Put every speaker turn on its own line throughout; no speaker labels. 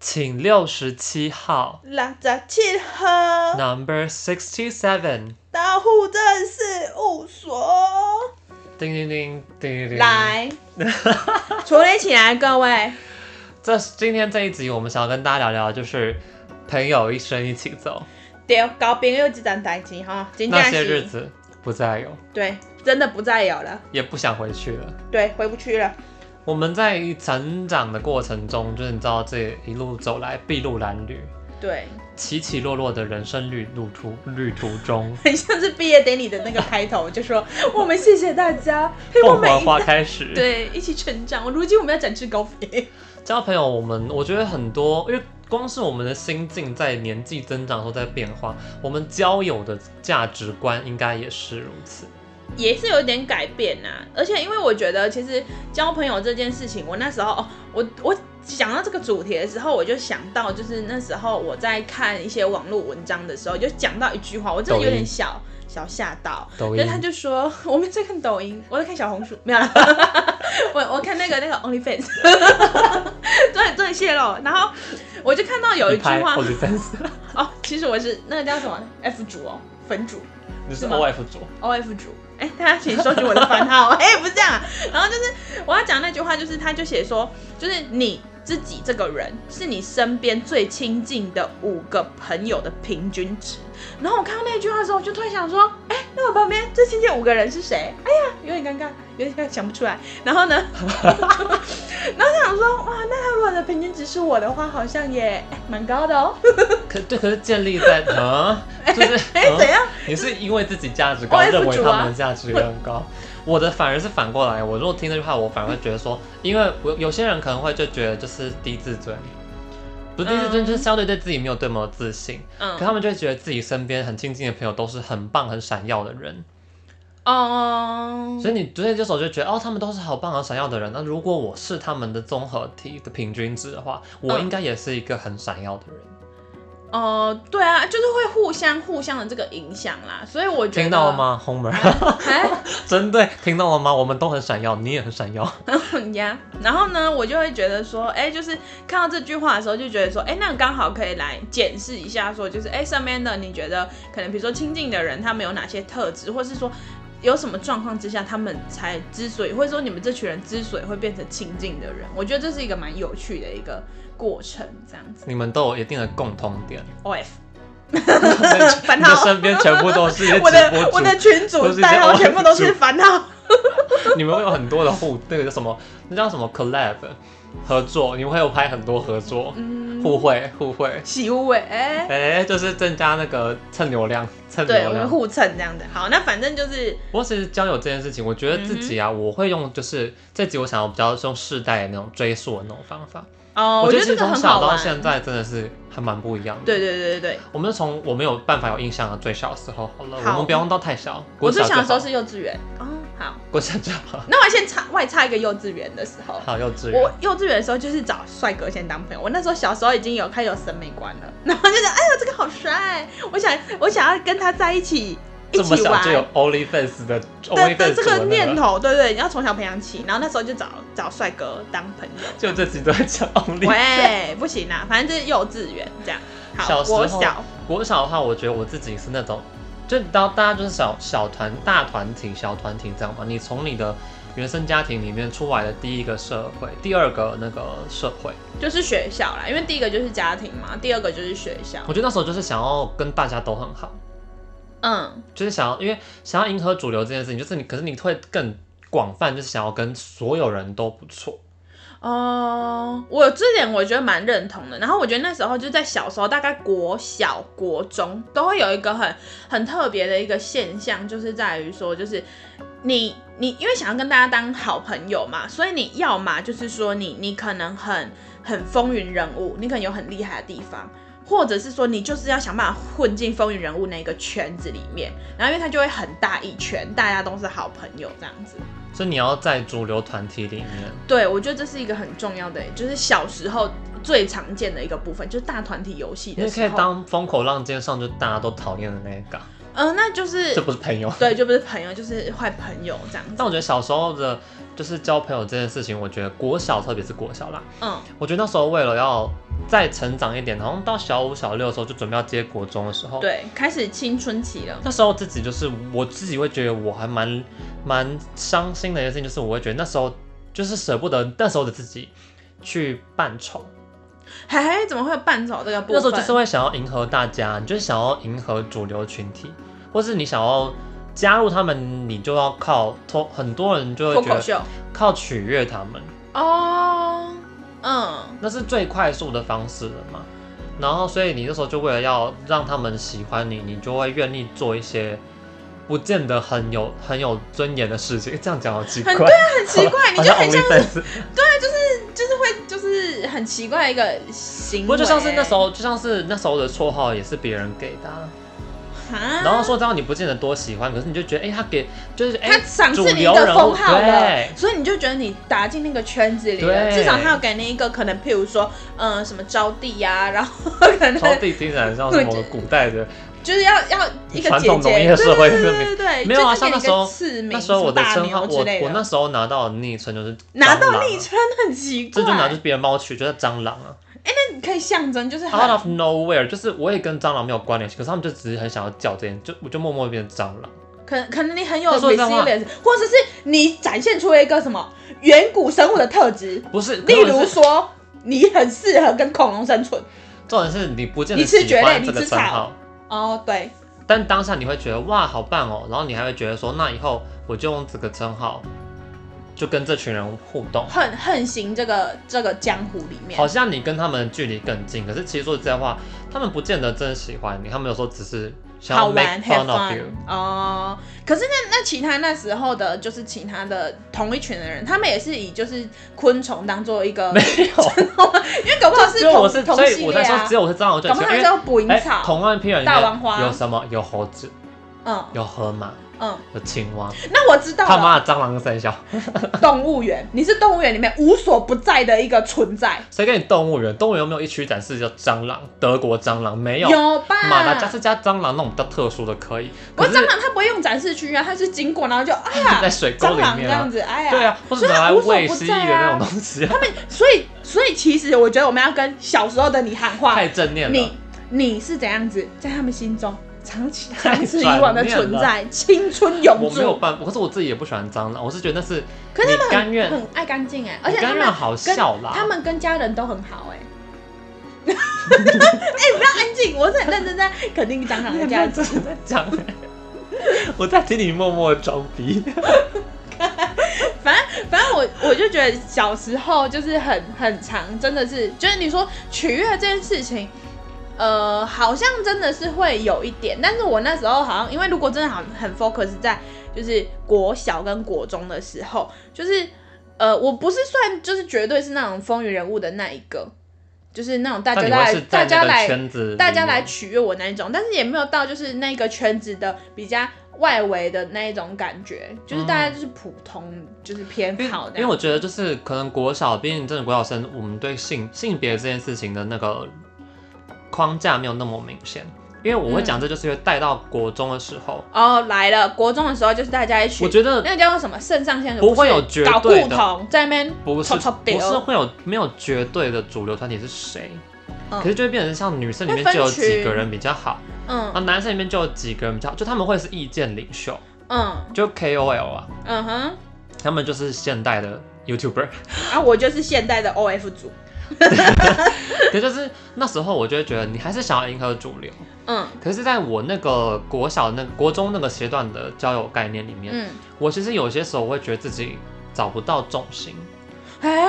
请六十七号
六十七号
，Number sixty seven，
到户政事务所
叮叮叮叮叮叮。，
来，处理起来，各位。
这今天这一集我们想要跟大家聊聊，就是朋友一生一起走，
对，交朋友这件代志哈，真正
那些日
是，
子不再有，
对，真的不再有了，
也不想回去了。
对，回不去了，
我们在成长的过程中，就是你知道这一路走来筚路蓝缕，
对，
起起落落的人生旅路途旅途中，
很像是毕业典礼的那个开头，就说我们谢谢大家陪 我
凤
们
凰
一
哦花开始。
对一起成长。如今我们要展翅高飞，
交朋友，我们我觉得很多，因为光是我们的心境在年纪增长的时候在变化，我们交友的价值观应该也是如此。
也是有点改变呐、而且因为我觉得，其实交朋友这件事情，我那时候哦，我我讲到这个主题的时候，我就想到，就是那时候我在看一些网络文章的时候，就讲到一句话，我真的有
抖
点
音
小小吓到。
抖
对，
音
他就说 我们在看抖音，我在看小红书，没 有啦。我我看那个那个 OnlyFans，对 对泄露。然后我就看到有一
你
句
拍
话
o n l y f a n s
哦，其实我是那个叫什么 F 主哦，粉主
你是
是吗
OF 主，
OF 主。哎，大家请收集我的番 号。哎，不是这样、啊。然后就是我要讲那句话，就是他就写说，就是你自己这个人是你身边最亲近的五个朋友的平均值。然后我看到那句话的时候，我就突然想说，哎，那我旁边最亲近的五个人是谁？哎呀，有点尴尬，有点想不出来。然后呢， 然后想说，哇，那他如果的平均值是我的话，好像也哎蛮高的哦。
可对，可是建立 在啊，就是
哎，怎
啊
样？
你是因为自己价值高，
OF
认为
主啊
他们的价值观很高。我的反而是反过来，我如果听这句话，我反而会觉得 说，因为我有些人可能会就觉得就是低自尊，不是低自尊，
嗯
就是相对对自己没有对没有自信。
嗯
可，他们就会觉得自己身边很亲近的朋友都是很棒、很闪耀的人，
哦，
所以你读那这首就觉得哦，他们都是好棒、好闪耀的人。那如果我是他们的综合体的平均值的话，我
嗯
应该也是一个很闪耀的人。
哦，对啊，就是会互相互相的这个影响啦，所以我觉得
听到了？吗，Homer？
哎，
真对，听到了吗？我们都很闪耀，你也很闪耀。
呀，然后呢，我就会觉得说，哎，就是看到这句话的时候，就觉得说，哎，那刚好可以来检视一下，说就是，哎，身边的你觉得可能比如说亲近的人，他们有哪些特质，或是说有什么状况之下，他们才之所以，或者说你们这群人之所以会变成亲近的人，我觉得这是一个蛮有趣的一个过程，这样子。哦哎
你们都有一定的共通 点，
O F，
你
烦
的
恼
身边全部都是一些直
我的我
播
的
主，
群
都是
主
一些
代号
OF
全部都是
主
烦恼。
你们会有很多的互，那个叫什么？那叫什么 collab 合作？你们会有拍很多合作，
嗯
互惠互惠。
喜屋哎、
哎、就是增加那个蹭流量，蹭
对，
流
我们
量。
互蹭这样子。好，那反正就是
不过其实交友这件事情，我觉得自己
嗯
啊，我会用就是这集我想要比较用世代的那种追溯的那种方法。
哦，
觉
觉
得
得
其
这
实
个
从
很
小
好
到
玩。
现在真的是还蛮不一样的。
对对对对对，
我们是从我没有办法有印象的最小的时候好了，
好
我们不要用到太小。
我
国
最
小
小的
就
时候
好
是幼稚园哦，好，
国小就好，
那我先插外插一个幼稚园的时候。
好幼稚
我
园。
幼稚园的时候就是找帅哥先当朋友，我那时候小时候已经有开始有审美观了，然后就觉得哎呦这个好帅，我想我想要跟他在一起一
这么
起
小
玩，
就有 OnlyFans 的
对对
OnlyFans
这个
的
念，头，对对，你要从小培养起，然后那时候就找找帅哥当 朋友，
就这集都在 讲 Only。
喂，不行啦，反正就是幼稚园这样。好，
小时候
国小，
国小的话，我觉得我自己是那种，就当大家就是小小团、大团体、小团体这样嘛。你从你的原生家庭里面出来的第一个社会，第二个那个社会，
就是学校啦，因为第一个就是家庭嘛，第二个就是学校
我。觉得那时候就是想要跟大家都很好，
嗯，
就是想要因为想要迎合主流这件事情，就是你可是你会更广泛，就是想要跟所有人都不错。
哦，我这点我觉得蛮认同的。然后我觉得那时候就在小时候，大概国小、国中都会有一个很很特别的一个现象，就是在于说，就是你你因为想要跟大家当好朋友嘛，所以你要嘛就是说你你可能很很风云人物，你可能有很厉害的地方。或者是说你就是要想办法混进风云人物那个圈子里面，然后因为他就会很大一圈，大家都是好朋友这样子。
所以你要在主流团体里面，
对，我觉得这是一个很重要的，就是小时候最常见的一个部分，就是大团体游戏
你
的
也可
时
以
候。
当风口浪尖上就大家都讨厌的那一个啊。
嗯、那就是
这不是朋友。
对，就不是朋友，就是坏朋友这样子。
但我觉得小时候的，就是交朋友这件事情，我觉得国小，特别是国小啦，
嗯，
我觉得那时候为了要再成长一点，好像到小五、小六的时候就准备要接国中的时候，，
对，开始青春期了。
那时候自己就是我自己会觉得我还蛮蛮伤心的一件事情，就是我会觉得那时候就是舍不得那时候的自己去扮丑，
嘿嘿，怎么会有伴奏这个部
那
分？
时候就是会想要迎合大家，你就是想要迎合主流群体，或是你想要加入他们，你就要靠脱，很多人就
脱
会觉
口
得
秀
靠取悦他们，
哦，嗯，
那是最快速的方式了嘛。然后，所以你那时候就为了要让他们喜欢你，你就会愿意做一些不见得很有很有尊严的事情。这样讲好奇怪，
很对啊，很奇怪，你
好
就
像
很像是，
OnlyFans
就是会，就是很奇怪的一个行为。
不过就像是那时候，就像是那时候的绰号也是别人给的、啊。
啊，
然后说这样你不见得多喜欢，可是你就觉得，哎、他给就是哎、
他赏
主
赐你一
流
个
人
封
物
号了
对，
所以你就觉得你打进那个圈子里了，
对
至少他有给你一个可能，譬如说，嗯、什么招娣呀、然后 可
超
能
地听起来像什么古代 的，
就是要要一个
传
姐
统农
姐，
业
对
社
对
会
对
是
对对对，
没有啊
就是给
像那
你
时候
一个刺名
那时候我
什么大
称号，
牛
我
之类
我那
的，
时候拿到的昵称就是
拿
蟑
到
螂
昵
啊，
称很奇
这
怪，
就拿就是别人帮我取，就叫蟑螂啊
你可以象征就 是
，out
很
of nowhere，就是我也跟蟑螂没有关联，可是他们就只是很想要叫这件，就我就默默地变成蟑螂。
可能可能你很有
他说脏话
resilience，或者是你展现出了一个什么远古生物的特质，
不是，
例
可是
如
我是
说你很适合跟恐龙生存。
重点是你不见得
你吃
喜
蕨类
欢
你
这个
吃
称
草
号，
哦，对，
但当下你会觉得哇好棒哦，然后你还会觉得说那以后我就用这个称号，就跟这群人互动。
横横行这个这个江湖里面
好，像你跟他们距离更近，可是其实说实在话，他们不见得真的喜欢你，他们有时候只是想
好
要 make
玩，have
fun of
fun
you。
哦。可是那那其他那时候的，就是其他的同一群的人，他们也是以就是昆虫当做一个，
没
因为搞不好是
只有我
同
是，
同
所以
系
我
列
在说
啊
只，有我是蟑螂，我就
搞
很喜欢因
不好他们
为
叫捕蝇
哎
草，
同案批人里
大
面
王花
有什么？有猴子，
嗯
有河马，
嗯。
有青蛙，
那我知道
他
了，
妈的蟑螂跟三小，
动物园，你是动物园里面无所不在的一个存在，
谁给你动物园？动物园有没有一区展示叫蟑螂？德国蟑螂没有，
有啊吧？
马达加斯加蟑螂那种比较特殊的可以，
不
可
过
是
蟑螂它不会用展示区啊，它是经过然后就哎呀，
在水沟
蟑
里
螂这
面啊
样，子，哎呀，
对啊，或是拿
所以它
来
无所
喂
不
蜥蜴
在
的那
啊
种东西啊，
他们，所以所以其实我觉得我们要跟小时候的你喊话
太，正念了
你。你是怎样子，在他们心中长期
太
长此以往的存在，青春永
我没有
驻。
办法，可是我自己也不喜欢蟑螂，我是觉得那是
可是
你
他
甘
们很
愿
很爱干净哎，而
你
且他
甘
们
愿好笑啦。
他们跟家人都很好哎、哎、不要安静！我是很认真在肯定蟑螂的价值。
真的在 讲欸，我在听你默默装逼。
反正反正我我就觉得小时候就是很很长，真的是就是你说取悦这件事情，呃，好像真的是会有一点，但是我那时候好像因为如果真的好很 focus 在就是国小跟国中的时候，就是呃，我不是算就是绝对是那种风云人物的那一个，就是那种大
那
家
你会
来
是
大
在
家
那个
来
圈子里面，
大家来取悦我那一种，但是也没有到就是那个圈子的比较外围的那一种感觉，就是大家就是普通，就是偏好
嗯因为我觉得就是可能国小，毕竟真的国小生，我们对性性别这件事情的那个框架没有那么明显。因为我会
嗯
讲这，就是因为带到国中的时候，
哦来了，国中的时候就是大家一起，
我觉得
那个叫做什么肾上腺素，
不会有
是
绝
搞
对
不
的
同在那边
不是
臭臭
不是
丢
会有没有绝对的主流团体是谁，
嗯
可是就会变成像女生里面
会分
就有几个
群
人比较好，啊
嗯
男生里面就有几个人比较好，就他们会是意见领袖，
嗯
就 KOL 啊，
嗯哼，
他们就是现代的 YouTuber，
啊我就是现代的 OF 组，
可就是那时候我就会觉得你还是想要迎合主流，
嗯
可是在我那个国小、那国中那个阶段的交友概念里面，
嗯，
我其实有些时候我会觉得自己找不到重心，
哎、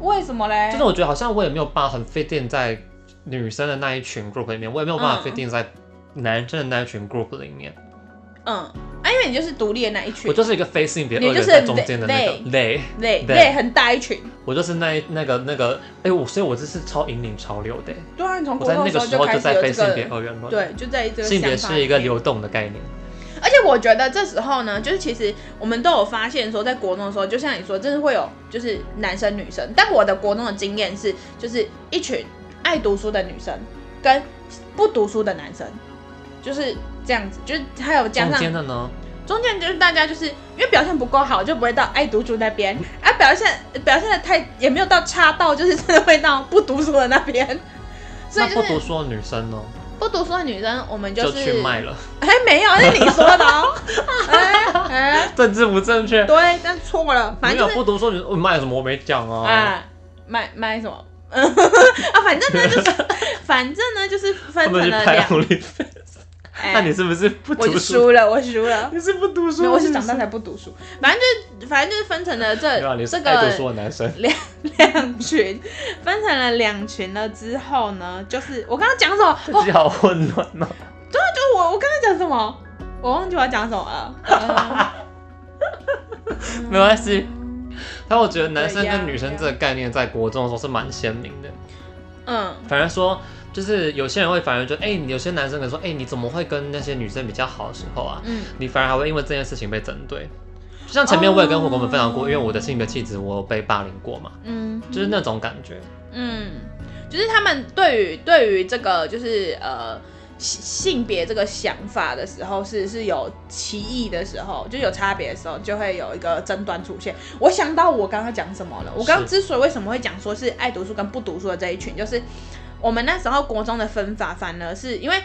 为什么嘞？
就是我觉得好像我也没有办法很 fit in 在女生的那一群 group 里面，我也没有办法
嗯
fit in 在男生的那一群 group 里面，
嗯。啊，因为你就是独立的那一群，
我就是一个非性别二
你就
元
是
在中间的那个
they-
累，
累
对
累很大一群，
我就是那一那个那个，哎、我所以我这是超引领潮流的、
对啊，你
我
从国
在
中
那
的时
个
候
时候
开
就
始有
在非
这
性
个
别二元论，
对，就在这个
性别
想法嗯
是一个
里面。
流动的概念。
而且我觉得这时候呢，就是其实我们都有发现说，在国中的时候，就像你说，真的会有就是男生女生。但我的国中的经验是，就是一群爱读书的女生跟不读书的男生，就是这样子，就是还有加
中
上
间的呢？
中间就是大家就是因为表现不够好，就不会到爱读书那边；啊，表现表现的太也没有到差到，就是真的会到不读书的那边。所以
那不
就是
读书的女生呢，
不读书的女生，我们
就是去卖了。
哎、没有，那是你说的哦。 哎哎，
政治不正确，
对，但错了，反
没有
正就是
不读书，你说我卖什么我没讲啊。
哎，卖卖什么？ 啊，反正呢 就是，反正呢就是
他
分
们
成
去
了
拍
两。
红利费，
哎
那你是不是不
我
读书？
输了，我输 了。
你是不读书
没
的女生？
有，我是长大才不读书。反正就是，反正就是分成了这
没有啊，你是
这
爱
个
读书的男生。
两两群，分成了两群了之后呢，就是我刚刚讲什么？
自
哦，
己好混乱哦。
就我我刚刚讲什么？我忘记我要讲什么了。呃嗯
没关系。但我觉得男生
对呀
跟女生这个概念在国中的时候是蛮鲜明的。
嗯，
反而说，就是有些人会反而觉得，哎、有些男生可能说，哎、你怎么会跟那些女生比较好的时候啊？
嗯，
你反而还会因为这件事情被针对。就像前面我也跟火狗们分享过因
哦
为我的性别气质我有被霸凌过嘛，
嗯，
就是那种感觉。
嗯，就是他们对于对于这个就是呃性性别这个想法的时候是是有歧义的时候，就有差别的时候，就会有一个争端出现。我想到我刚刚讲什么了，我刚刚
是
之所以为什么会讲说是爱读书跟不读书的这一群，就是我们那时候国中的分法，反而是因为。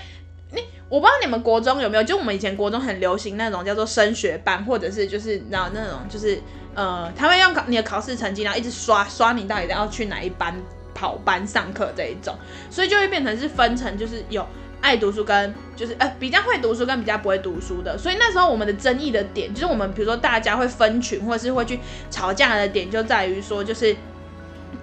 你我不知道你们国中有没有，就我们以前国中很流行那种叫做升学班，或者是就是你知道那种就是呃，他会用考你的考试成绩，然后一直刷刷你到底要去哪一班跑班上课这一种，所以就会变成是分成就是有爱读书跟就是呃比较会读书跟比较不会读书的，所以那时候我们的争议的点就是我们比如说大家会分群或是会去吵架的点就在于说就是。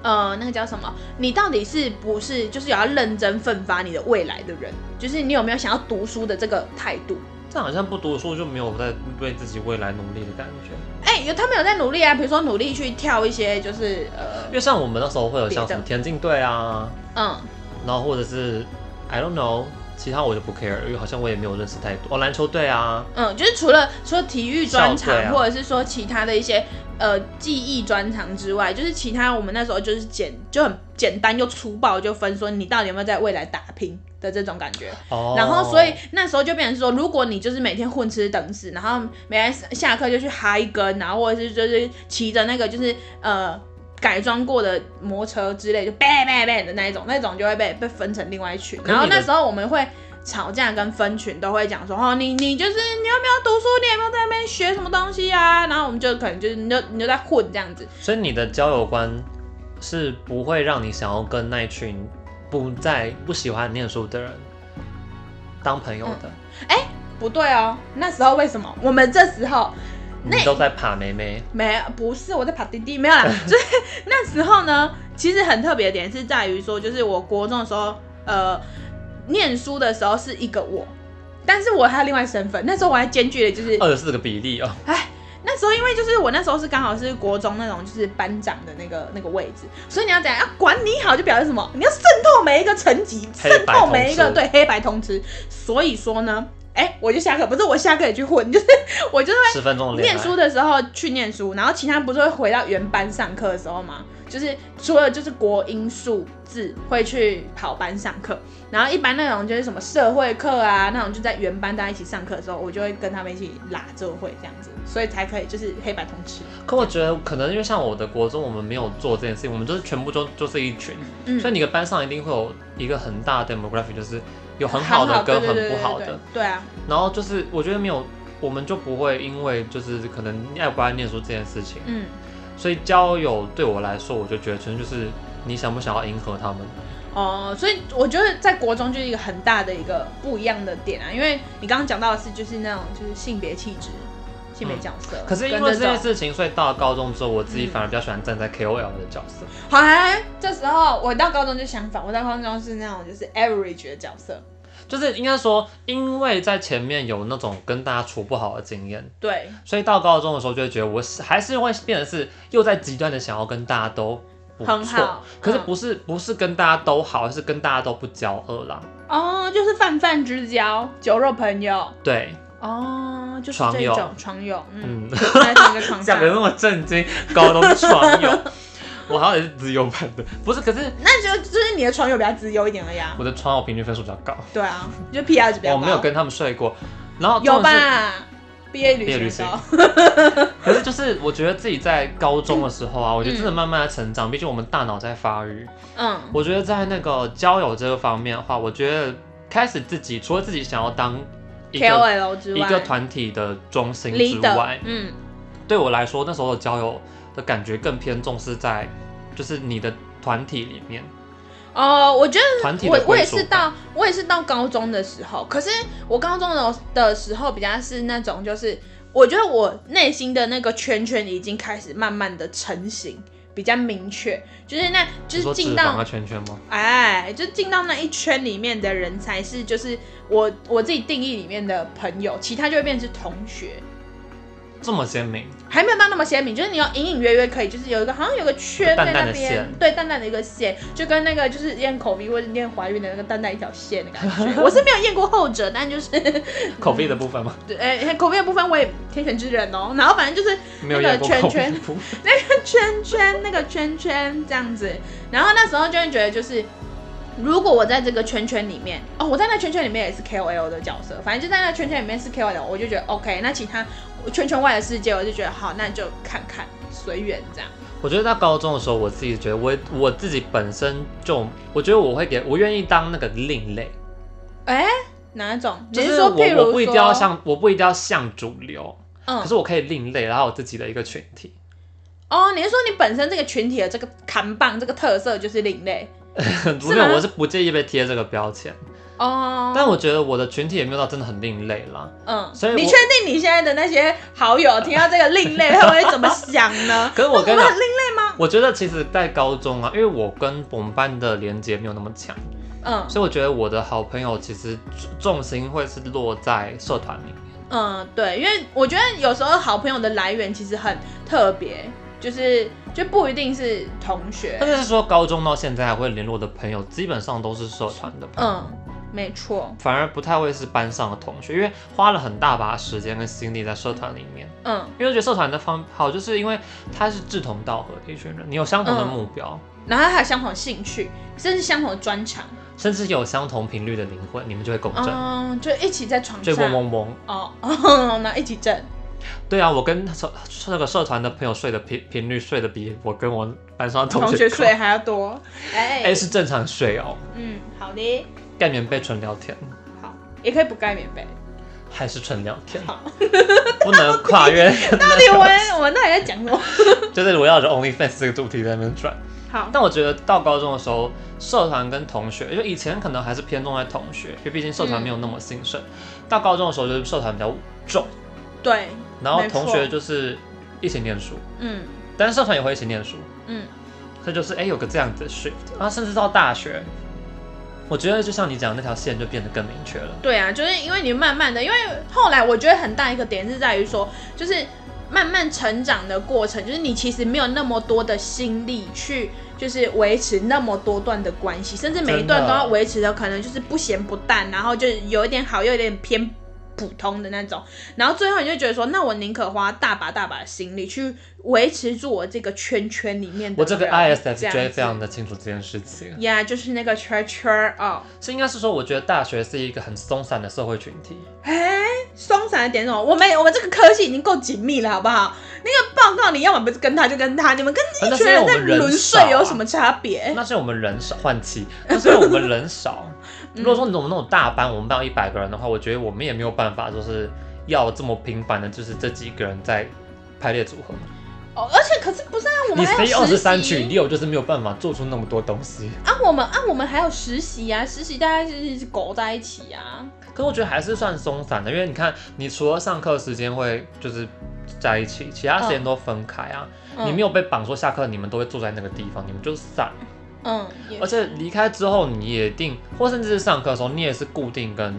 呃，那个叫什么？你到底是不是就是有要认真奋发你的未来的人？就是你有没有想要读书的这个态度？
这好像不读书就没有在为自己未来努力的感觉。
哎、有他们有在努力啊，比如说努力去跳一些就是呃
因为像我们那时候会有像什
别的
么田径队啊，
嗯
然后或者是 I don't know，其他我就不 care，因为好像我也没有认识太多。哦，篮球队啊，
嗯，就是除了说体育专
校队啊
场，或者是说其他的一些呃技艺专场之外，就是其他我们那时候就是简就很简单又粗暴就分说你到底有没有在未来打拼的这种感觉。
哦，
然后所以那时候就变成说，如果你就是每天混吃等死，然后每天下课就去嗨跟，然后或者是就是骑着那个就是呃改装过的摩托车之类，就 bang bang bang 的那一种，那种就会被被分成另外一群。
可是
然后
你的
那时候我们会。吵架跟分群都会讲说，哦，你你就是你有没有读书，你有没有在那边学什么东西啊？然后我们就可能就是你就你就在混这样子，
所以你的交友观是不会让你想要跟那一群不在不喜欢念书的人当朋友的，
不对哦。那时候为什么我们这时候嗯那
你都在爬妹妹，
没，不是我在跑滴滴，没 有啦。就是那时候呢，其实很特别的点是在于说，就是我国中的时候，呃，念书的时候是一个我，但是我还有另外身份。那时候我还兼具了，就是、
二十四个比例哦，
那时候因为就是我那时候是刚好是国中那种就是班长的那个那个位置，所以你要怎样要啊管理好，就表示什么？你要渗透每一个层级，
黑
渗
白
透每一个
通吃
对黑白通吃。所以说呢，哎、我就下课，不是我下课也去混，就是 我就是
十分钟的恋
念
爱
书的时候去念书，然后其他不是会回到原班上课的时候吗？就是除了就是国英数字会去跑班上课，然后一般那种就是什么社会课啊，那种就在原班大家一起上课的时候，我就会跟他们一起拉这会这样子，所以才可以就是黑白通吃。
可我觉得可能因为像我的国中，我们没有做这件事情，我们就是全部就就是一群，
嗯
所以你的班上一定会有一个很大的 demographic，就是有很
好
好的跟
对
很
对对
不好
对对
的，
对啊，
然后就是我觉得没有，我们就不会因为就是可能爱不爱念书这件事情。
嗯，
所以交友对我来说，我就觉得纯粹就是你想不想要迎合他们。
哦，所以我觉得在国中就是一个很大的一个不一样的点啊，因为你刚刚讲到的是就是那种就是性别气质、性别角色，
嗯可是因
跟
为
这
这件
种
事情，所以到了高中之后，我自己
嗯
反而比较喜欢站在 KOL 的角色。
好，这时候我到高中就相反，我到高中是那种就是 average 的角色，
就是应该说，因为在前面有那种跟大家处不好的经验，
对，
所以到高中的时候就会觉得我是还是会变得是又在极端的想要跟大家都不
很
错
好，
可是
嗯
不是、不是跟大家都好，而是跟大家都不交恶啦。
哦，就是泛泛之交，酒肉朋友，
对，
哦，就是
床
这
友
种床友，嗯，
嗯，
在同一个床
讲
上
的，那么震惊，高中床友。我好像也是资优班的，不是，可是
那就就是你的床友比较自由一点了呀。
我的窗我平均分数比较高，
对啊，你就 PR 值比较
我
高。
哦没有跟他们睡过，然后
有
重点是？
吧？毕业旅
毕业旅
行的时候
可是就是我觉得自己在高中的时候啊，我觉得真的慢慢的成长，毕竟我们大脑在发育，
嗯，
我觉得在那个交友这个方面的话，我觉得开始自己除了自己想要当一个
KOL 之外，
一个团体的中心之
leader，
外，
嗯，
对我来说那时候的交友的感觉更偏重是在就是你的团体里面，
哦，我觉得
团体的
我我
归
也
属
是
感
到我也是到高中的时候，可是我高中的的时候比较是那种，就是我觉得我内心的那个圈圈已经开始慢慢的成型，比较明确，就是那就
你说
是进
脂
到
肪啊圈圈吗？
哎，就进到那一圈里面的人才是，就是我我自己定义里面的朋友，其他就会变成是同学，
这么鲜 明，
还没有到那么鲜明，就是你要隐隐约约可以，就是有一个好像有个圈在
淡淡
那
的
边
线，
对，淡淡的一个线，就跟那个就是验口鼻或者验怀孕的那个淡淡一条线的感 觉。我是没有验过后者，但就是
口碑的部分吗？
对，哎、口鼻的部分我也天选之人哦。然后反正就是
没有
那个
验过口碑
圈
的部分。
圈圈那个圈圈这样子，然后那时候就会觉得就是。如果我在这个圈圈里面，哦，我在那圈圈里面也是 KOL 的角色，反正就在那圈圈里面是 KOL，我就觉得 OK。那其他圈圈外的世界，我就觉得好，那就看看随缘这样。
我觉得到高中的时候，我自己觉得我我自己本身就，我觉得我会给我愿意当那个另类，
哎、哪一种？
就
你是
是
说，譬如
我
说，
我不一定要像我不一定要像主流，
嗯
可是我可以另类，然后有自己的一个群体。
哦，你是说你本身这个群体的这个扛棒这个特色就是另类
不是，
吗
我是不介意被贴这个标签，
哦？
但我觉得我的群体也没有到真的很另类啦。
嗯，
所以
你
我
确定你现在的那些好友听到这个另 类，他们会怎么想呢？
可是我
我
跟
们
你
很
讲
另类吗？
我觉得其实，在高中啊，因为我跟我们班的连接没有那么强，
嗯
所以我觉得我的好朋友其实重心会是落在社团里面。
嗯，对，因为我觉得有时候好朋友的来源其实很特别，就是就不一定是同学
但。是说高中到现在还会联络的朋友，基本上都是社团的朋友。
嗯，没错。
反而不太会是班上的同学，因为花了很大把时间跟心力在社团里面。
嗯，
因为我觉得社团的方好，就是因为他是志同道合的一群人，你有相同的
嗯
目标，
然后还有相同的兴趣，甚至相同的专长。
甚至有相同频率的灵魂，你们就会共振，
嗯，就一起在床
就
上。
嗡嗡嗡。
哦，哦， 那一起震。
对啊，我跟社那个社团的朋友睡的频频率睡的比我跟我班上的同
同
学
学
高
睡，还要多。哎、
哎、是正常睡哦，
嗯，好的，
盖棉被纯聊天，
好，也可以不盖棉被。
还是纯聊天
好，
不能跨越，
到底我们我们到底在讲什么？
就是围绕着 OnlyFans 这个主题在那边转。
好，
但我觉得到高中的时候，社团跟同学，就以前可能还是偏重在同学，因为毕竟社团没有那么兴盛。
嗯
到高中的时候，就是社团比较重，
对，
然后
没错
同学就是一起念书，
嗯
但是社团也会一起念书，
嗯
所以就是哎、诶有个这样子的 shift，然后甚至到大学，我觉得就像你讲的那条线就变得更明确了。
对啊，就是因为你慢慢的，因为后来我觉得很大一个点是在于说，就是慢慢成长的过程，就是你其实没有那么多的心力去。就是维持那么多段的关系，甚至每一段
真的
都要维持的，可能就是不咸不淡，然后就有一点好，又有点偏普通的那种。然后最后你就觉得说，那我宁可花大把大把的心力去维持住我这个圈圈里面的
我这个
人
ISFJ 非
啊这样
常
子
的清楚这件事情，
呀就是那个圈圈儿哦。
是应该是说，我觉得大学是一个很松散的社会群体，
哎，松散的点是什么？我们我们这个科系已经够紧密了，好不好？那个报告你要么不是跟他就跟他，你们跟
啊那
一
是
群
因为
人
我
在
们人
轮
少啊
睡有什么差别？
那是我们人少换气，那是因为我们人少。 如果说你们那种大班，我们班有一百个人的话，我觉得我们也没有办法，就是要这么频繁的，就是这几个人在排列组合。
哦，而且可是不是啊，我
你
们还
非
有
二
实
十
习
三取六，就是没有办法做出那么多东西。
啊，我们啊我们还有实习啊，实习大家就是狗在一起啊，
可是我觉得还是算松散的，因为你看，你除了上课时间会就是在一起，其他时间都分开啊。
嗯、
你没有被绑说下课你们都会坐在那个地方，你们就散。
嗯，也
而且离开之后，你也定，或甚至是上课的时候，你也是固定跟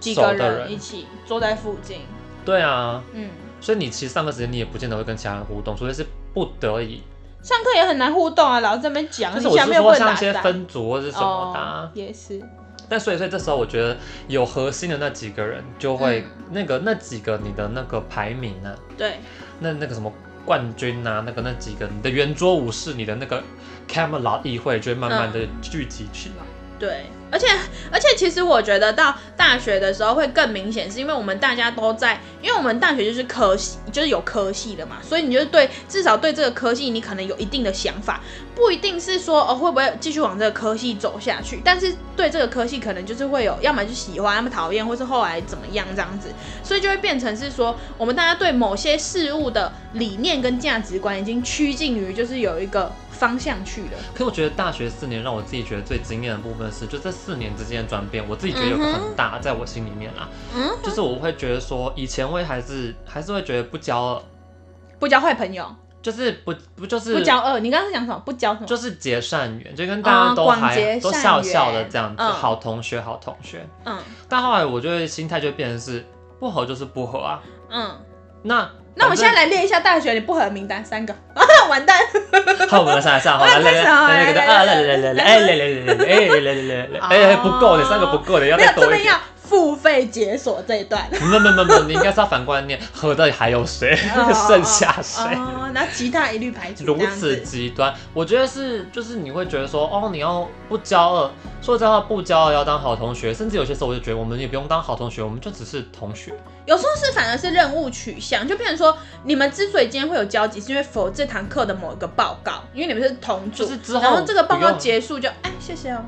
几
熟
个
的
人一起坐在附近，
对啊，
嗯，
所以你其实上课时间你也不见得会跟其他人互动，除非是不得已。
上课也很难互动啊，老师这边讲，
但
你
是我
下
是
面
说
问
像
哪
一些
三
分组或是什么的、啊
哦，也是，
但所以所以这时候我觉得有核心的那几个人就会、
嗯
那个那几个你的那个排名啊，
对，
那那个什么冠军啊，那个那几个你的圆桌武士，你的那个 Camelot 议会就会慢慢的聚集起来。
对，而且而且，其实我觉得到大学的时候会更明显，是因为我们大家都在，因为我们大学就是科系，就是有科系的嘛，所以你就是对至少对这个科系，你可能有一定的想法，不一定是说哦会不会继续往这个科系走下去，但是对这个科系可能就是会有，要么就喜欢，要么讨厌，或是哦后来怎么样这样子，所以就会变成是说，哦我们大家对某些事物的理念跟价值观已经趋近于就是有一个方向去了。
可我觉得大学四年让我自己觉得最惊艳的部分是，就这四年之间的转变，我自己觉得有个
嗯
很大，在我心里面啦，
嗯，
就是我会觉得说，以前我也还是还是会觉得不交，
不交坏朋友，
就是不不就是
不交恶，你刚刚是讲什么？不交什么？
就是结善缘，就跟大家都
哦广结
还、
善
都笑笑的这样子，
缘嗯
好同学，好同学。
嗯
但后来我就会心态就变成是不合就是不合啊。
嗯。
那
那我们现在
来，
来列一下大学你不合的名单，三个， 完蛋。
好，我们来上来上，好来来来来来来来来来来哎来来来来哎来来来来哎不够的，三个不够的，要
没有
再，
这
多一
边
点。
要付费解锁这 一段，
没没没没，你应该是要反观念，合的还有谁，剩下谁？
哦，然后其他一律排除，
如
这样
此
子。
极端，我觉得是就是你会觉得说，哦，你要不骄傲，说实在话不骄傲要当好同学，甚至有些时候我就觉得我们也不用当好同学，我们就只是同学。
有时候是反而是任务取向，就变成说你们之所以今天会有交集，是因为否这堂课的某一个报告，因为你们是同组，
就是之后
然后这个报
不
告
用
结束就哎谢谢哦，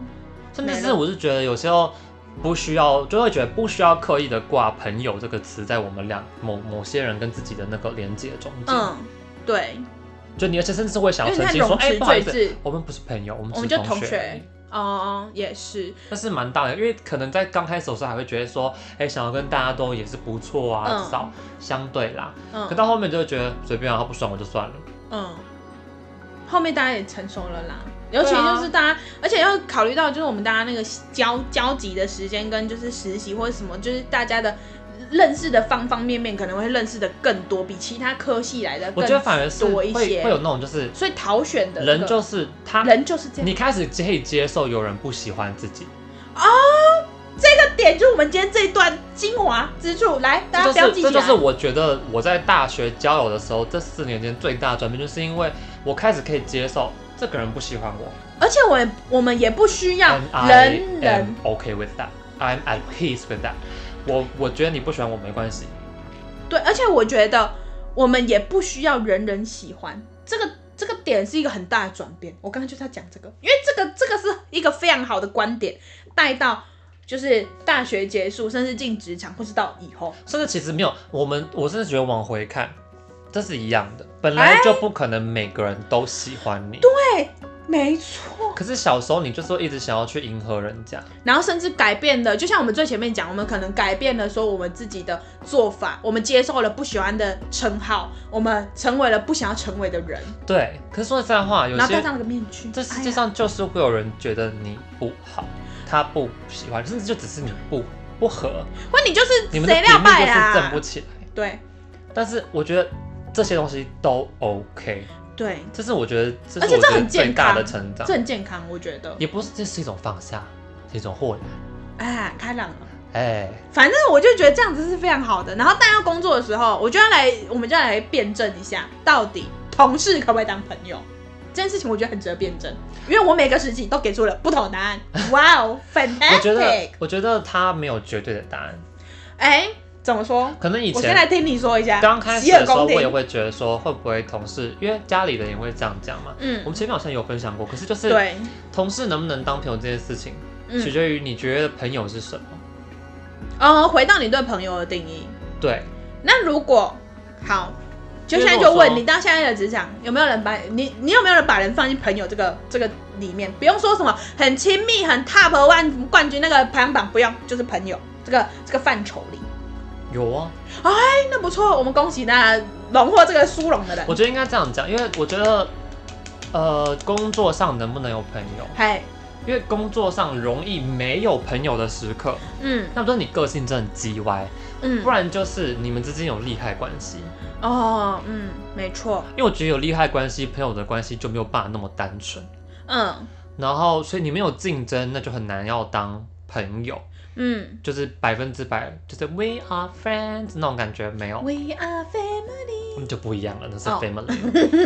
甚至
没
是
了
我是觉得有时候不需要，就会觉得不需要刻意的挂“朋友”这个词在我们两某某些人跟自己的那个连接中间，
嗯，对，
就你而且甚至会想
因
要
为你
澄清
看
说，
容
哎、
迟
不好意
赘
思，
字，
我们不是朋友，我们
我
只
们
是
就同
学而已
学。哦，也是，
但是蛮大的，因为可能在刚开始的时候还会觉得说，哎、想要跟大家都也是不错啊，
嗯
至少相对啦。可
嗯
到后面就会觉得随便啊，他不爽我就算了。
嗯，后面大家也成熟了啦，尤其
对啊
就是大家，而且要考虑到就是我们大家那个交交集的时间跟就是实习或者什么，就是大家的认识的方方面面可能会认识的更多，比其他科系来的
我
更
觉得反而是
多
会
一些
会有那种就是
所以讨选的、
人就是他，
人就是这样，
你开始可以接受有人不喜欢自己，
哦这点就是我们今天这一段精华之处，来大家
这
不要
就是
记起
这就
来。
是我觉得我在大学交友的时候这四年间最大的转变，就是因为我开始可以接受这个人不喜欢我
而且我也我们也不需要
And I
人
am
人
OK with that. I'm at peace with that. 我我觉得你不喜欢我没关系，
对，而且我觉得我们也不需要人人喜欢，这个这个点是一个很大的转变。我刚刚就是要讲这个，因为这个这个是一个非常好的观点，带到就是大学结束，甚至进职场，或是到以后，
甚至其实没有，我们我甚至觉得往回看，这是一样的，本来就不可能每个人都喜欢你。
哎没错。
可是小时候你就是会一直想要去迎合人家，
然后甚至改变了，就像我们最前面讲，我们可能改变了说我们自己的做法，我们接受了不喜欢的称号，我们成为了不想要成为的人，
对。可是说实在话，有
然后戴
些
上了个面具。
这世界
哎呀
上就是会有人觉得你不好，他不喜欢，甚至就只是你不不合，
或你就是
你们的
谁
频率
料拜
就是正
啦
不？起来。
对
但是我觉得这些东西都 OK，
对，
这是我觉得，这是我
而且这
觉得
很
最
健
大
康
的成长
这，很健康，我觉得。
也不是这是一种放下，是一种豁然。
哎，开朗了。
哎，
反正我就觉得这样子是非常好的。然后但要工作的时候，我就要来，我们就要来辩证一下，到底同事可不可以当朋友？这件事情我觉得很值得辩证，因为我每个时期都给出了不同的答案。哇哦
我觉得
，fantastic！
我觉得他没有绝对的答案，
哎、怎么说？
可能以
我
前
先来听你说一下。
刚开始
洗耳
的时候，
恭听
我也，会觉得说，会不会同事，因为家里人也会这样讲嘛。我
嗯，
们前面好像有分享过，可是就是
对，
同事能不能当朋友这件事情，取
嗯，
决于你觉得朋友是什么。
呃，回到你对朋友的定义，
对，
那如果好，就
因
现
为
在
如果
就问
说
你到现在的职场有没有人把你，你有没有人把人放进朋友这个这个里面？不用说什么很亲密、很 top one 冠军那个排行榜，不用，就是朋友这个这个范畴里。
有啊，
哎，那不错，我们恭喜那荣获这个殊荣的人
我。觉得应该这样讲，因为我觉得，呃，工作上能不能有朋友？
嗨，
因为工作上容易没有朋友的时刻，
嗯
那不就是你个性真的很叽歪，
嗯
不，然就是你们之间有利害关系。
哦，嗯，没错，
因为我觉得有利害关系，朋友的关系就没有办法那么单纯。
嗯
然后，所以你没有竞争，那就很难要当朋友，
嗯。
就是百分之百，就是 we are friends 那种感觉没有。
We are family。
那就不一样了，那是
哦
family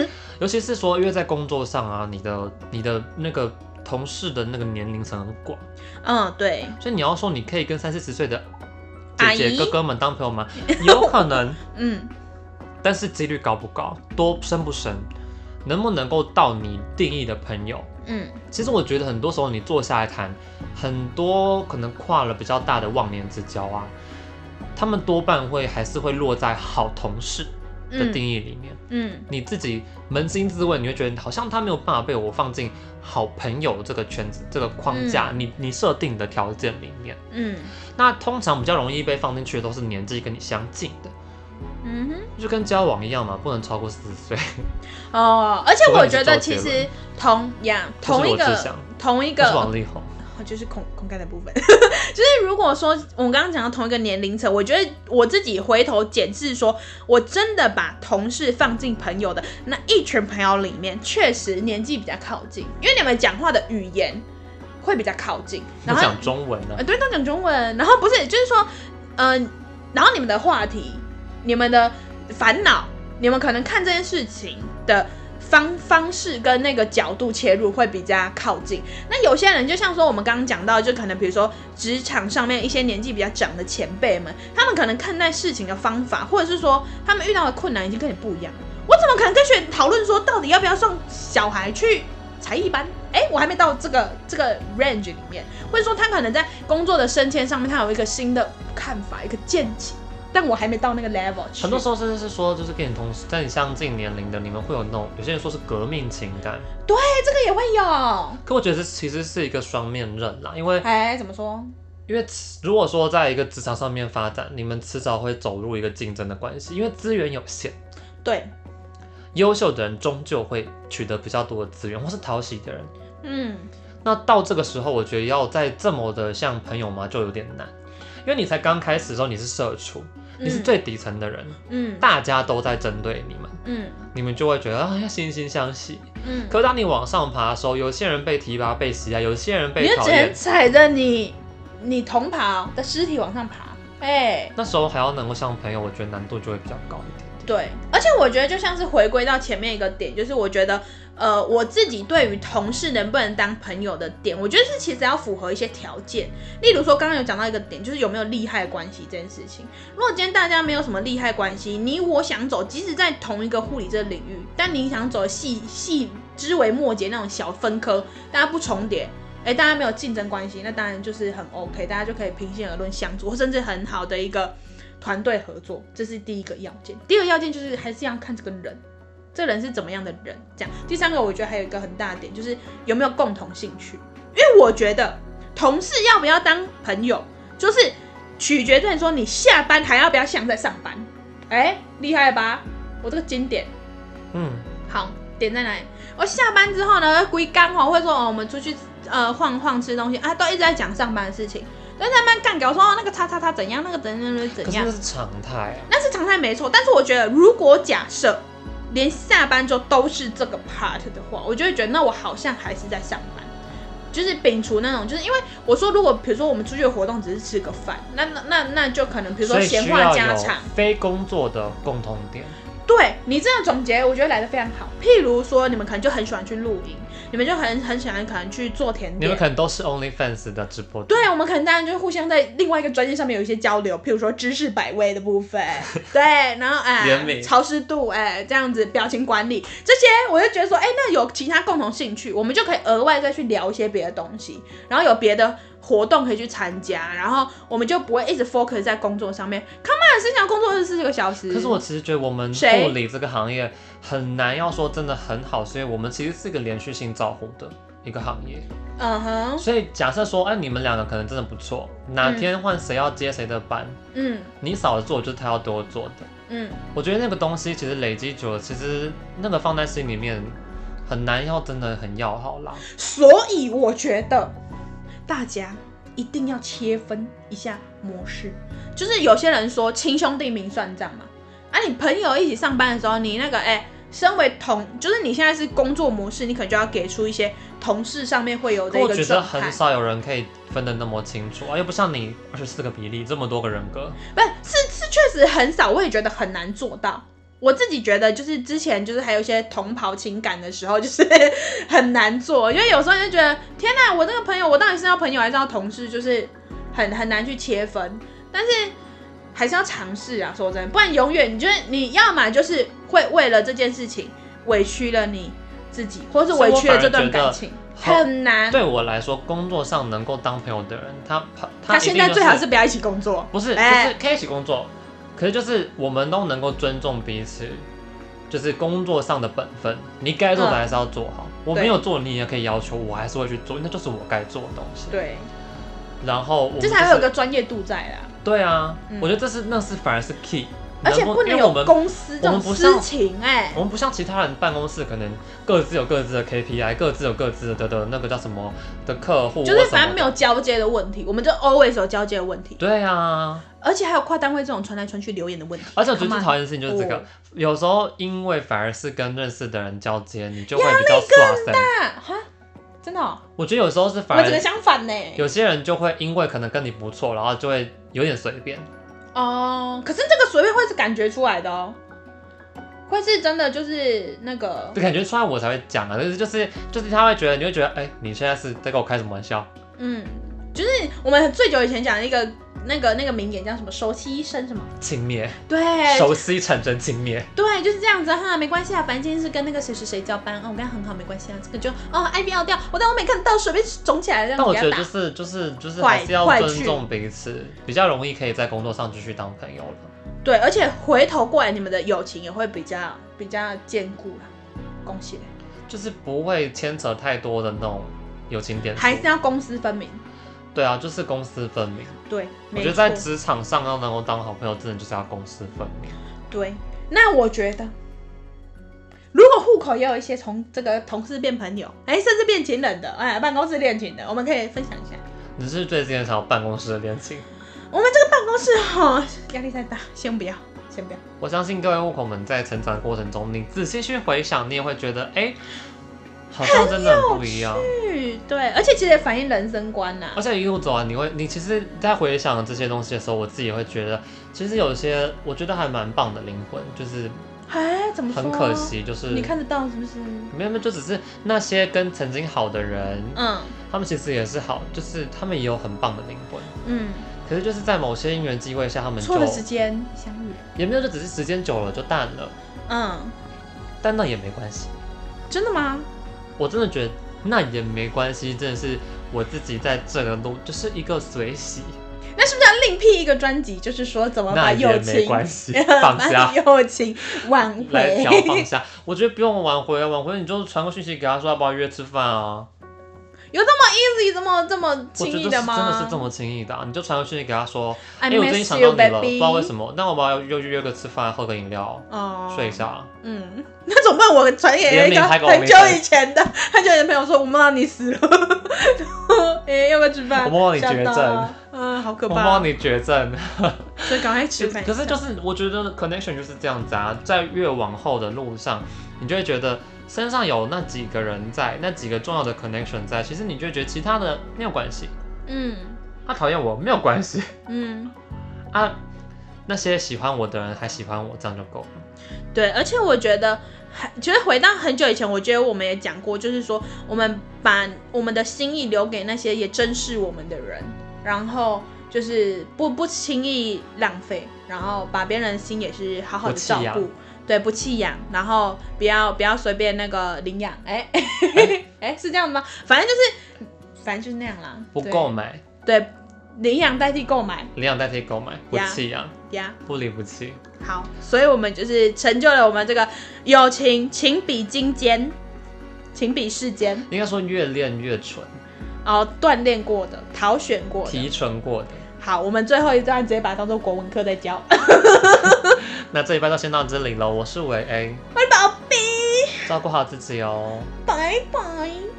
了尤其是说，因为在工作上啊，你的你的那个同事的那个年龄层很广，
嗯，对，
所以你要说你可以跟三四十岁的
阿
姐
姨
姐哥哥们当朋友吗？有可能，
嗯，
但是几率高不高，多深不深，能不能够到你定义的朋友？
嗯，
其实我觉得很多时候你坐下来谈，很多可能跨了比较大的忘年之交啊，他们多半会还是会落在好同事的定
嗯，
义里面。
嗯，
你自己扪心自问，你会觉得好像他没有办法被我放进好朋友这个圈子、这个框架，你你设定的条件里面。
嗯，
那通常比较容易被放进去的都是年纪跟你相近的，
嗯哼。
就跟交往一样嘛，不能超过四十岁。
哦，而且
除非
我
你是
觉得
周
其
杰
实
伦
同样同一
我志
个
祥
同一
不是王
个哦
力宏，
就是孔孔盖的部分， 就是如果说我们刚刚讲到同一个年龄层，我觉得我自己回头检视说，我真的把同事放进朋友的那一群朋友里面，确实年纪比较靠近，因为你们讲话的语言会比较靠近，
我
然后
讲中文啊呢、
呃，对，都讲中文。然后不是，就是说，嗯、然后你们的话题、你们的烦恼、你们可能看这件事情的方方式跟那个角度切入会比较靠近。那有些人就像说我们刚刚讲到，就可能比如说职场上面一些年纪比较长的前辈们，他们可能看待事情的方法，或者是说他们遇到的困难已经跟你不一样了。我怎么可能跟学员讨论说到底要不要送小孩去才艺班？哎、我还没到这个这个 range 里面，或者说他可能在工作的升迁上面，他有一个新的看法，一个见解，但我还没到那个 level 去。
很多时候甚至是说，就是跟你同在你相近年龄的，你们会有那种有些人说是革命情感，
哎、这个也会有。
可我觉得这其实是一个双面刃啦，因为
哎、怎么说？
因为如果说在一个职场上面发展，你们迟早会走入一个竞争的关系，因为资源有限，
对，
优秀的人终究会取得比较多的资源，或是讨喜的人。
嗯，
那到这个时候，我觉得要再这么的像朋友嘛，就有点难，因为你才刚开始的时候你是社畜，你是最底层的人，
嗯
大家都在针对你们，
嗯
你们就会觉得啊要惺惺相惜。
嗯，
可当你往上爬的时候，有些人被提拔、被喜爱，有些人
你
被
就
讨
只能
厌。
踩着你你同袍的尸体往上爬。哎、
那时候还要能够像朋友，我觉得难度就会比较高一点点。
对，而且我觉得就像是回归到前面一个点，就是我觉得，呃，我自己对于同事能不能当朋友的点，我觉得是其实要符合一些条件，例如说刚刚有讲到一个点，就是有没有利害关系这件事情。如果今天大家没有什么利害关系，你我想走，即使在同一个护理这个领域，但你想走的细细枝微末节那种小分科，大家不重叠。哎，大家没有竞争关系，那当然就是很 OK，大家就可以平心而论相处，甚至很好的一个团队合作，这是第一个要件。第二个要件就是还是要看这个人，这个人是怎么样的人。这样，第三个我觉得还有一个很大的点就是有没有共同兴趣，因为我觉得同事要不要当朋友，就是取决于说你下班还要不要像在上班。哎，厉害吧？我这个经典。
嗯，
好，点在哪里？我下班之后呢，归刚哦，会说哦，我们出去呃晃晃吃东西啊，都一直在讲上班的事情，但上班干搞说哦那个叉叉叉怎样，那个怎样怎样
可
怎
是
样
那，是常态啊。
那是常态没错。但是我觉得，如果假设连下班之后都是这个 part 的话，我就会觉得那我好像还是在上班。就是摒除那种，就是因为我说，如果比如说我们出去的活动只是吃个饭，那那那那就可能比如说
所以
闲
需
话
要
家
有
常，
非工作的共同点。
对你这样总结，我觉得来的非常好。譬如说，你们可能就很喜欢去露营，你们就很很喜欢可能去做甜
你们
点
可。能都是 OnlyFans 的直播主，
对，我们可能当然就互相在另外一个专业上面有一些交流，譬如说知识百味的 部分，对，然后
怜
哎，
悯
潮湿度，哎，这样子表情管理这些，我就觉得说，哎，那有其他共同兴趣，我们就可以额外再去聊一些别的东西，然后有别的活动可以去参加，然后我们就不会一直 focus 在工作上面。Come on，谁想工作二十四个小时？
可是我其实觉得我们
谁
护理这个行业很难要说真的很好，是因为我们其实是一个连续性照护的一个行业。
嗯哼，
所以假设说，哎、你们两个可能真的不错，哪天换谁要接谁的班，
嗯
你少做就是他要多做的。
嗯。
我觉得那个东西其实累积久了，其实那个放在心里面很难要真的很要好啦。
所以我觉得大家一定要切分一下模式，就是有些人说亲兄弟明算账嘛，啊，你朋友一起上班的时候，你那个哎、身为同，就是你现在是工作模式，你可能就要给出一些同事上面会有的
可
一
我
个
觉得
状
很
态，
少有人可以分得那么清楚啊，又不像你二十四个比例这么多个人格。
不是是是确实很少，我也觉得很难做到。我自己觉得，就是之前就是还有一些同袍情感的时候，就是很难做，因为有时候你就觉得天哪，我这个朋友，我到底是要朋友还是要同事，就是很很难去切分。但是还是要尝试啊，说真的，不然永远你就是你要嘛就是会为了这件事情委屈了你自己，或是委屈了这段感情，
是我反而觉得
很难。
对我来说，工作上能够当朋友的人，他他
他
一定
现在
就
最好是不要一起工作，
不是，就
哎
是可以一起工作，可是就是我们都能够尊重彼此，就是工作上的本分，你该做的
嗯
还是要做好。我
对
没有做，你也可以要求我，还是会去做，那就是我该做的东西。，
对，
然后我们
这
就
才会有
是
个专业度在啦，
对啊，
嗯
我觉得这是那是反而是 key，
而且
能够
不能
因为我
有
们
公司这
我
种
们不哦像
私情哎、
我们不像其他人办公室，可能各自有各自的 KPI，各自有各自的的那个叫什么的客户，
就是反正没
有。
有交接的问题，我们就 always 有交接的问题，
对啊，
而且还有跨单位这种传来传去留言的问题。
而且我觉得最
Come on
讨厌的事情就是这个
哦，
有时候因为反而是跟认识的人交接，你就会比较刷身。
啊哈，真的哦、
我觉得有时候是
我
反
们整个
而
相反呢。
有些人就会因为可能跟你不错，然后就会有点随便。
哦，可是这个随便会是感觉出来的哦，会是真的就是那个
就感觉出来我才会讲啊，但是就是就是他会觉得你会觉得，哎、你现在是在跟我开什么玩笑？
嗯，就是我们最久以前讲的一个那个那个名言叫什么“熟悉医生”什么？
轻蔑，
对，
熟悉产生轻蔑。
对，就是这样子哈，没关系啊，反正今天是跟那个谁谁谁交班，哦，我跟他很好，没关系啊，这个就哦，I B 要掉，我但我没看到，随便肿起来这样
但
子
我
给
觉得
他打。
就是就是就是
坏
还是要
坏
尊
去
重彼此，比较容易可以在工作上继续当朋友了。
对，而且回头过来，你们的友情也会比较比较坚固啦。恭喜，
就是不会牵扯太多的那种友情点数。
还是要公私分明。
对啊，就是公私分明。
对，
我
没
觉得在
错
职场上要能够当好朋友，真的就是要公私分明。
对，那我觉得，如果户口也有一些从这个同事变朋友，哎，甚至变情人的，哎，办公室恋情的，我们可以分享一下。
你是最近想要办公室的恋情？
我们这个办公室哈、压力太大，先不要，先不要。
我相信各位户口们在成长的过程中，你仔细去回想，你也会觉得，哎、好像真的很不一样。
嗯，对，而且其实也反映人生观呐、
而且一路走来，你会，你其实，在回想这些东西的时候，我自己也会觉得，其实有些我觉得还蛮棒的灵魂，就是
哎，怎么说？
很可，惜，就是
你看得到是不是？
没有没有，就只是那些跟曾经好的人，
嗯
他们其实也是好，就是他们也有很棒的灵魂，
嗯，
可是就是在某些因缘机会下，他们就
错的时间相遇，
也没有，就只是时间久了就淡了，
嗯，
但那也没关系，
真的吗？
我真的觉得那也没关系，真的是我自己在这个路就是一个随喜，
那是不是要另辟一个专辑，就是说怎么
那
把
也
友
没
情，，
关系 放
把
下。
友情挽
来
回
调？放下， 我觉得不用挽回啊，挽回你就传个讯息给他说要不要约吃饭啊，
有这么 easy 这么这么
我
轻
觉得
易
是真
的吗？
的是这么轻易的、啊，你就传个讯息给他说，哎、
I
我最近
miss
想到
you,
你了，不
baby
知。道为什么，那我们要约约个吃饭，喝个饮料，
哦，
睡一。下，
嗯，那总不能我传给一
联
个
名开个
很久
微信
以前的， 很久以前的朋友说我梦到你死了，然后 哎，要不要吃饭？
我梦到你
吓
绝
到
症
啊嗯，好可
我
怕。
帮你绝症。
所以赶快吃饭。
可是就是我觉得 connection 就是这样子啊，在越往后的路上，你就会觉得身上有那几个人在，那几个重要的 connection 在，其实你就会觉得其他的没有关系，
嗯
他讨厌我没有关系
嗯，
啊，那些喜欢我的人还喜欢我，这样就够了。
对，而且我觉得还其实回到很久以前，我觉得我们也讲过，就是说我们把我们的心意留给那些也珍视我们的人，然后就是不不轻易浪费，然后把别人的心也是好好的
不弃
照
养
顾。对，不弃养，然后不要不要随便那个领养，哎、 哎
哎、
是这样吗？反正就是，反正就是那样啦。
不
对
购买，
对，领养代替购买
领养代替购买，不
呀
弃养，
呀。
不离不弃。
好，所以我们就是成就了我们这个友情，情比金坚，情比世间，
应该说越练越纯，
然后锻炼过的，淘选过
提
的。
纯过的。
好，我们最后一段直接把它当做国文课在教。
那这一半就先到这里了，我是维 A，
喂，宝贝，
照顾好自己哦。
拜拜。